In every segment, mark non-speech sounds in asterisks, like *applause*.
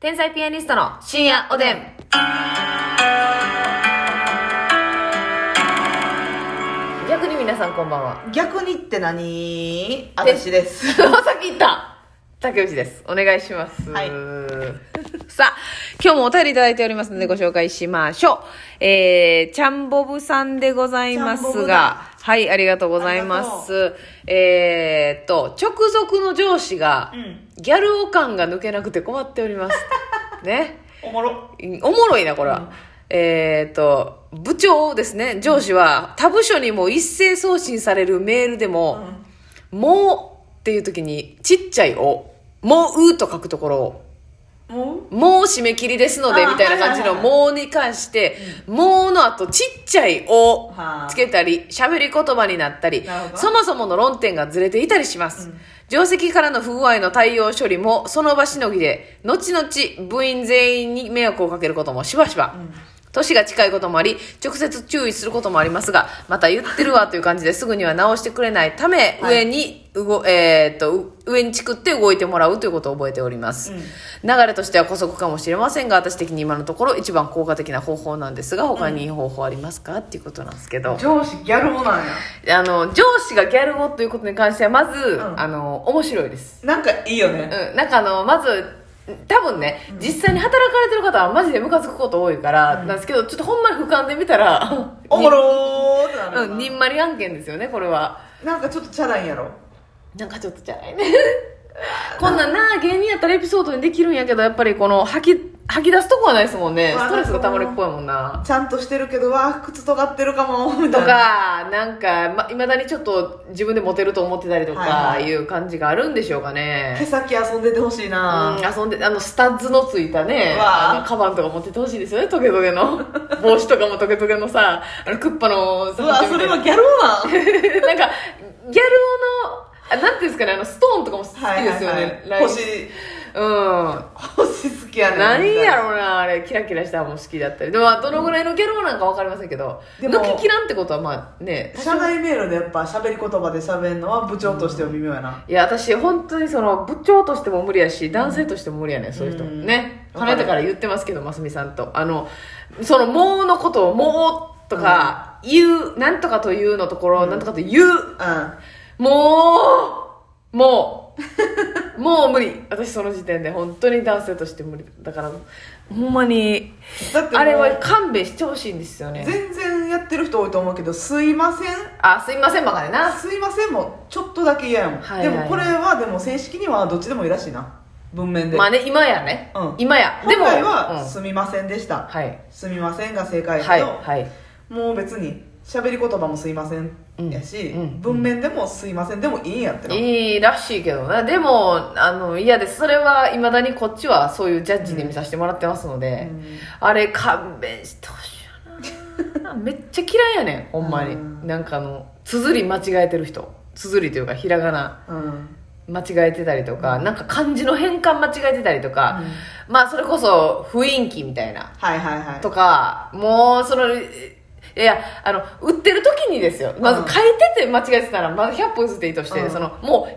天才ピアニストの深夜おでん。逆に皆さんこんばん *laughs* は。逆にって何私です。先行った竹内です。お願いします。はい *laughs* さあ、今日もお便りいただいておりますのでご紹介しましょう。えー、ちゃんぼぶさんでございまちゃんぼすぶがだ、はい、ありがとうございまありがとす。えーっと、直属の上司が、うん。ギャルオ感が抜けなくて困っており *laughs* ます。ね。おもろ。おもろいな、これは。えーっと、部長ですね、上司は、他部署にも一斉送信されるメールでも、うん。もうっていう時に、ちっちゃいお、もううと書くところを、もうもう締め切りですので、あーみたいな感じのはいはいはもうに関して、もうの後、ちっちゃいおはあつけたり、喋り言葉になったりなるほ、どそもそもの論点がずれていたりします。うん定石からの不具合の対応処理も、その場しのぎで、後々部員全員に迷惑をかけることもしばしば。ん年が近いこともあり、直接注意することもありますが、また言ってるわという感じですぐには直してくれないため、はい上に、うご、えーっと、う上にチクって動いてもらうということを覚えております。うん流れとしては古速かもしれませんが、私的に今のところ一番効果的な方法なんですが、他にいい方法ありますか、っていうことなんですけど。上司ギャル男なんや。あの、上司がギャル語ということに関しては、まず、んあの、面白いです。なんかいいよね。うん、なんかあの、まず、多分ね、実際に働かれてる方はマジでムカつくこと多いから、なんですけど、ちょっとほんまに俯瞰で見たら、おもろーってなるような。ん、にんまり案件ですよね、これは。なんかちょっとチャラいんやろ。なんかちょっとじゃないね。 *laughs* こんなんな、芸人やったらエピソードにできるんやけど、やっぱりこの、吐き、吐き出すとこはないですもんね。スわかるトレスが溜まるっぽいもんな。ちゃんとしてるけど、わー、靴尖ってるかも、みとたいな。か、なんか、ま、未だにちょっと自分でモテると思ってたりとか、はいいはいう感じがあるんでしょうかね。毛先遊んでてほしいなうん、遊んで、あの、スタッズのついたね、うわあの、カバンとか持っててほしいですよね、トゲトゲの。 *laughs* 帽子とかもトゲトゲのさ、あの、クッパの、うわそれなはんか、ギャル男 *laughs* なギん。ャル男の、あなんていうんですかね、あの、ストーンとかも好きですよね、ライン星、うん。星好きやね何やろうな、あれ、キラキラしたもん好きだったり。でも、どのぐらいのギャル男なんかわかりませんけど、でも抜ききらんってことは、まあね、社内メールでやっぱ喋り言葉で喋るのは部長としては微妙やな。いや、私、本当にその、部長としても無理やし、男性としても無理やねん、そういう人。うんね。かわかねるてから言ってますけど、ますみさんと。あの、その、もうのことを、もうとか、言う、なんとかというのところ、なんとかと言う、うん。もう、もう、もう無理。私、その時点で、本当に男性として無理。だから、ほんまに、だってもうあれは勘弁してほしいんですよね。全然やってる人多いと思うけど「すいません」あ、すいません、バカであ「な。すいません」もちょっとだけ嫌やもん、はいはいでもこれはでも正式にはどっちでもいいらしいな文面で、まあね、今やね。うん今や。で本も、来はう「んすみませんでした」はい。すみません」が正解やはけい、ど、はい。もう別に喋り言葉も「すいません」やし、うんうん文面でも「すいません」でもいいんやってないいらしいけどね。でも、あの、嫌です。それはいまだにこっちはそういうジャッジで見させてもらってますので、うんあれ勘弁してほしいよな。めっちゃ嫌いやねん、ほんまに。うんなんかあの、綴り間違えてる人。綴りというか、ひらがなうん間違えてたりとか、なんか漢字の変換間違えてたりとか、まあ、それこそ雰囲気みたいな。はいはいはいとか、もう、その、えいや、あの、売ってる時にですよ。まずうん書いてて間違えてたら、まず100歩譲っていいとして、うんその、もう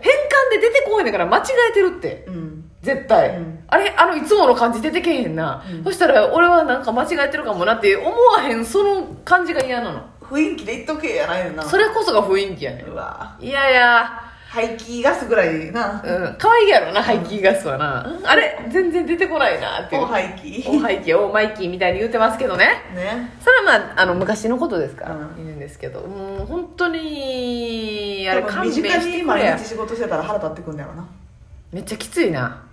変換で出てこへんねんから間違えてるって。うん絶対。うんあれ、あの、いつもの感じ出てけへんな。うんそしたら、俺はなんか間違えてるかもなって思わへん、その感じが嫌なの。雰囲気で言っとけやないよなそれこそが雰囲気やねうわん。いやいや、排気ガスぐらいな、うん、可愛いやろな、排気ガスはな。あれ、全然出てこないなっていうお。排気お排気、おマイキーみたいに言ってますけどね。ねそれはまああの昔のことですから、う言うんですけどもう本当にあ多れ分勘身弁近してにくれや毎日仕事してたら腹立ってくんだよな、めっちゃきついな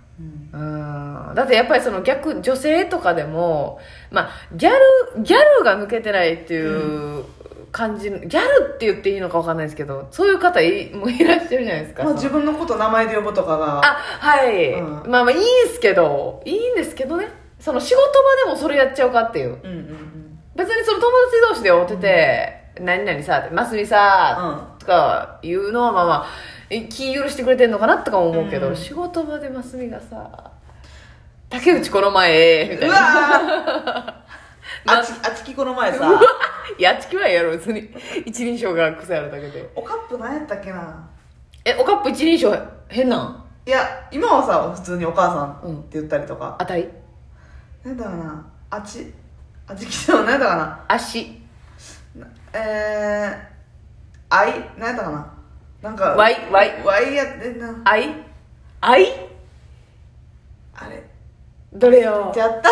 うんうんだってやっぱりその逆女性とかでもまあギャルギャルが抜けてないっていう感じの、ギャルって言っていいのか分かんないですけどそういう方いもういらっしゃるじゃないですか、まあ、そ自の分のこと名前で呼ぶとかがあはい、うんまあまあいいんすけどいいんですけどねその仕事場でもそれやっちゃうかっていううんうんうん別にその友達同士で会うてて「何々さ」ますみさ」とか言うのはまあまあえ気許してくれてんのかなとかも思うけど、うん仕事場でますみがさ「竹内この前」みたいうなわーな *laughs* あちあちきこの前さ「い *laughs* やちきはええやろ別に一人称が癖あるだけでおカップ何やったっけなえおかっぷ一人称変なんいや今はさ普通にお母さうんんって言ったりとか、あたりなんだかなあちあちきさんなんだか足なえーあいなんだかななんかわいわいわいやってんな愛愛あれどれよやった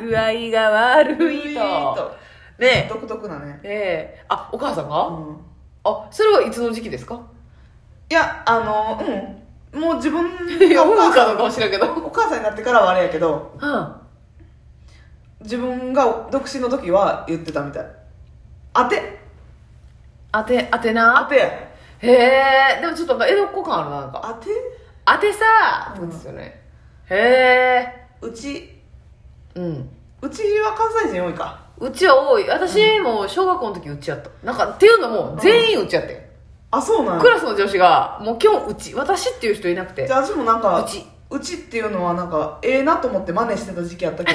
具合が悪いいいととね独特なねえええあお母さんが、うんあそれはいつの時期ですかいやあのうんもう自分 *laughs* いやがおお母母ささんんのかもしれんけどお母さんになってからはあれやけどうん自分が独身の時は言ってたみたい当て当て当て当なてやへえでもちょっとなんか江戸っ子感あるななんか当て当てさーってことですよね、へえうちうんうちは関西人多いかうちは多い私も小学校の時うちやったなんかっていうのも全員うちやって、あそうなんクやラスの女子がもう基本うち私っていう人いなくてじゃあ私もなんかうちうちっていうのはなんかええなと思って真似してた時期 *laughs* やったけ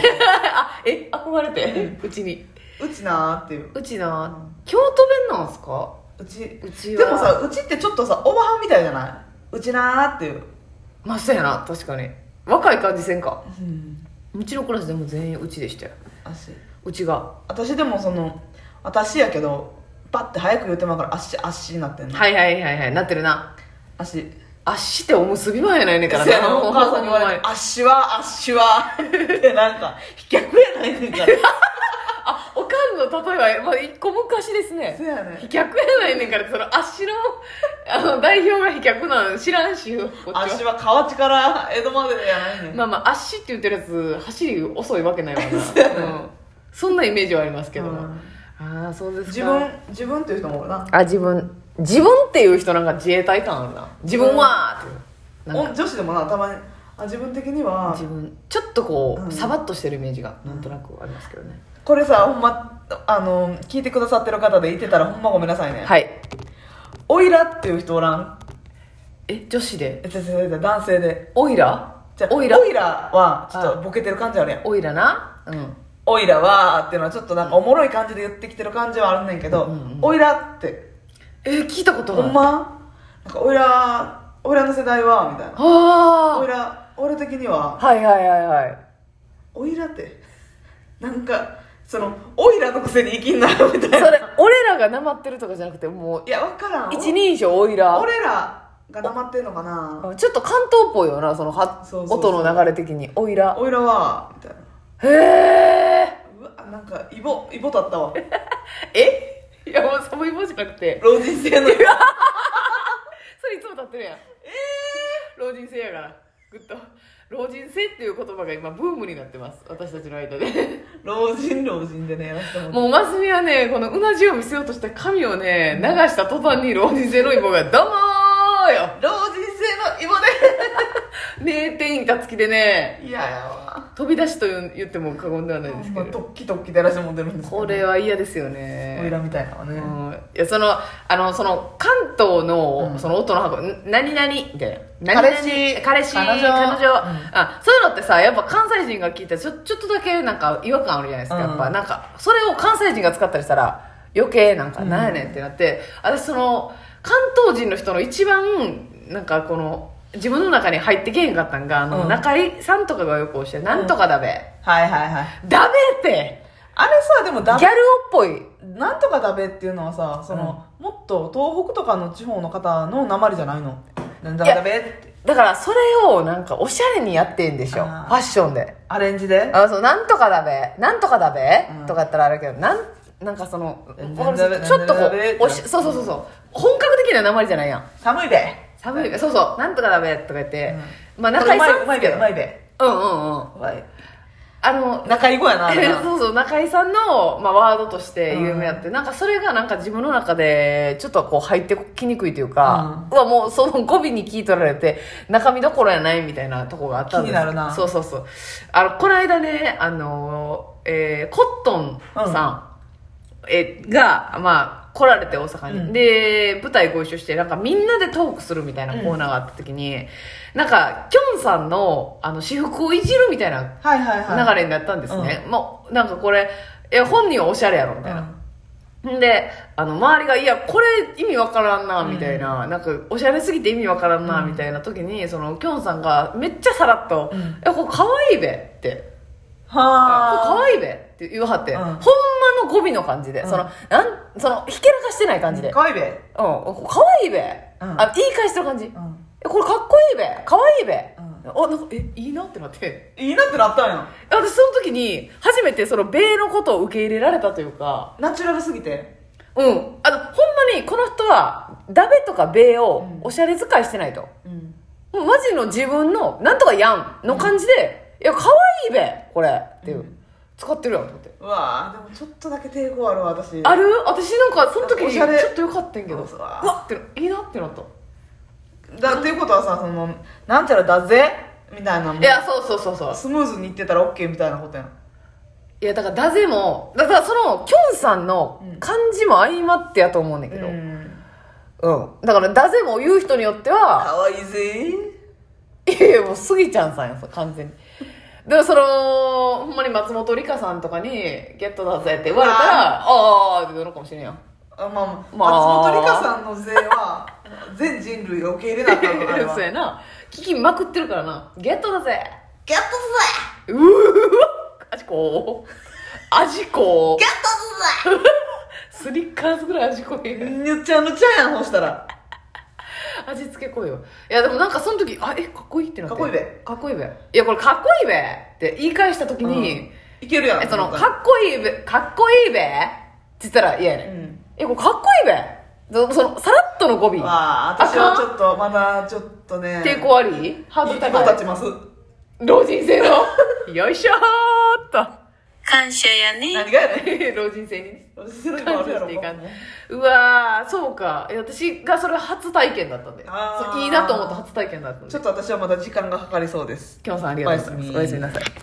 あえ憧れてうちにどうちなーっていううちなう京都弁なんすかうちうちではもさうちってちょっとさおばはんみたいじゃないうちなーっていう、まあそうやな確かに若い感じせんかうちのクラスでも全員うちでしたよあしうちが私でもその私やけどバッて早く言ってまうからあっしあっしになってんのはいはいはいはいなってるなあっしあっしっておむすび前やないねんからそうやなお母さんに言われるて「あっしはあっしは」ってなんか飛脚やない *laughs* ねんからあおかんの例えは、まあ、一個昔ですねそうや飛ね脚やないねんからそのあっしのあの代表が飛脚なの知らんしこっちあはっしは河内から江戸までやないねんまあまああっしって言ってるやつ走り遅いわけないわ *laughs* な、うん、そんなイメージはありますけど、うんああそうですか自分自分っていう人もおるなあ自分自分っていう人なんか自衛隊感あるな自分はーっていうなんかお女子でもなたまにあ自分的には自分ちょっとこう、うんサバッとしてるイメージがなんとなくありますけどね、これさほんまあの聞いてくださってる方でいてたらほんまごめんなさいねはいおいらっていう人おらんえ女子でえ違う違う違う男性でオイラじゃあオイラオイラはちょっとボケてる感じあるやんオイラなうんオイラはっていうのはちょっとなんかおもろい感じで言ってきてる感じはあるねんけど、うんうんうんオイラってえー聞いたことないほんまなんか、おいら、おいらの世代は、みたいな。おあいら、俺的にあは、はいはいはいはいおいらって、なんか、その、おいらのくせに生きんな、みたいそな。れ俺らがなまってるとかじゃなくてもういや、わからん。一人称オイラ俺らがなまってんのかな。ちょっと関東っぽいよなそのはそうそうそう音の流れ的にオイラおいらは、みたいな。へえうわ、なんか、イボ、イボ立っ *laughs* たわ。えいやもう寒いもんじゃなくて老人性の。それいつも立ってるやんええ老人性やからグッと老人性っていう言葉が今ブームになってます私たちの間で老人、老人でね、やらせてもらっもうマスミはねこのうなじを見せようとした髪をね流した途端に老人性のイボが「どうもーよて。老人性のイボで。」名店員たつきでねいややわ。飛び出しと言う言っても過言ではないですけほんまど突起突起でやらせてもらってるんですけどこれは嫌ですよおいねらみたいなのはうね。んいやそのあのその関東の、うんその音の箱ん何々みたいな何彼々氏彼氏彼女うんあそういうのってさやっぱ関西人が聞いたらちょちょっとだけなんか違和感あるじゃないですか、うんやっぱなんかそれを関西人が使ったりしたら余計なんかうんなんやねんってなって、私その関東人の人の一番なんかこの自分の中に入ってけへんかったんがあの、うん中井さんとかがよくおっしゃる「なんとかだべ」はいはいはい。だべ」ってあれさ、でもギャだル、男っぽいなんとかだべっていうのはさ、その、もっと東北とかの地方の方の訛りじゃないの。なんだかだべって。だからそれをなんかおしゃれにやってんでしょフあーァッションでアレンジで。あそうなんとかだべなんとかだべ、うんとかやったらあるけどなんなんかそのうんわかりますなんだべちょっとこなんだべうおしそうそうそうそう本格的な鉛じゃないやん寒いべ。寒いそうそうなんとかだべとか言って、まあう中居まいさんうまいべ、うまいべ。うんうんうんうまい。あの仲いい子やな、あ *laughs* れな。そうそう中居さんの、まあ、ワードとして有名やって、なんかそれがなんか自分の中でちょっとこう入ってきにくいというか、うわもうその語尾に聞い取られて中身どころやないみたいなとこがあったんです気になるなそうそうそうあのこの間ねあの、えーコットンさん、えーがまあ来られて大阪に、うんで舞台ご一緒してなんかみんなでトークするみたいなコーナーがあった時に、なんかきょんさんのあの私服をいじるみたいなはいはいはい。流れになったんですね、もうなんかこれえ本人はおしゃれやろみたいな、ん、であの周りが「いやこれ意味わからんな」みたいな、なんかおしゃれすぎて意味わからんな、みたいな時にそのきょんさんがめっちゃさらっと「うんえこれかわいいべ」ってあこれ可はあ愛いべって言わはって、うんほんまの語尾の感じで、うんその、なん、その、ひけらかしてない感じで。うん、可愛いべ可愛いべ、うんあ、言い返してる感じ。えうんこれかっこいいべ可愛いべ、うんあ、なんか、え、いいなってなって。いいなってなったんや私その時に、初めてその、米のことを受け入れられたというか、ナチュラルすぎてうん。あの、ほんまに、この人は、ダベとか米をおしゃれ使いしてないと。うんもうマジの自分の、なんとかやんの感じで、いや、可愛いべこれっていう。うん使ってるやんと思って。うわあでもちょっとだけ抵抗あるわ私ある私なんかその時おにしちゃょれっとよかったんやけどそううわわっていいなってなっただっていうことはさそのなんちゃらだぜみたいなもんいやそうそうそうそうスムーズにいってたら OK みたいなことやんいやだからダゼもだからそのきょんさんのうん感じも相まってやと思うねんだけどうん、んだからダゼも言う人によってはかわいいぜいやいやもうスギちゃんさんやさ完全にでもそのほんまに松本里香さんとかに「ゲットだぜ」って言われたら「ああ」ってなるかもしれんやんあまあ、まあ、まあ松本里香さんの税は全人類を受け入れなかったのあれは *laughs* そうやな聞きまくってるからな「ゲットだぜ」ゲットうー味こう味こうだぜスリッカーズぐらい味濃いゲットだぜぬちゃぬちゃやんほしたら味付け濃いよいやでもなんかその時あえかっこいいってなってかっこいいべかっこいいべいやこれかっこいいべって言い返した時に、いけるやんえそのなんかっこいいべかっこいいべって言ったら嫌やね、うんいんやこれかっこいいべそそのさらっとの語尾わあ私はちょっとまだちょっとね抵抗ありハードルいい子高立ちいます老人性のよいしょーっ感謝やね。何がやねんと *laughs* 老人性にね私世代も *laughs* あ感謝るやしろていもうかんうわーそうかいや私がそれ初体験だったんであーそういいなと思った初体験だったんでちょっと私はまだ時間がかかりそうですきょんさんありがとうございますおやすみおやすみなさい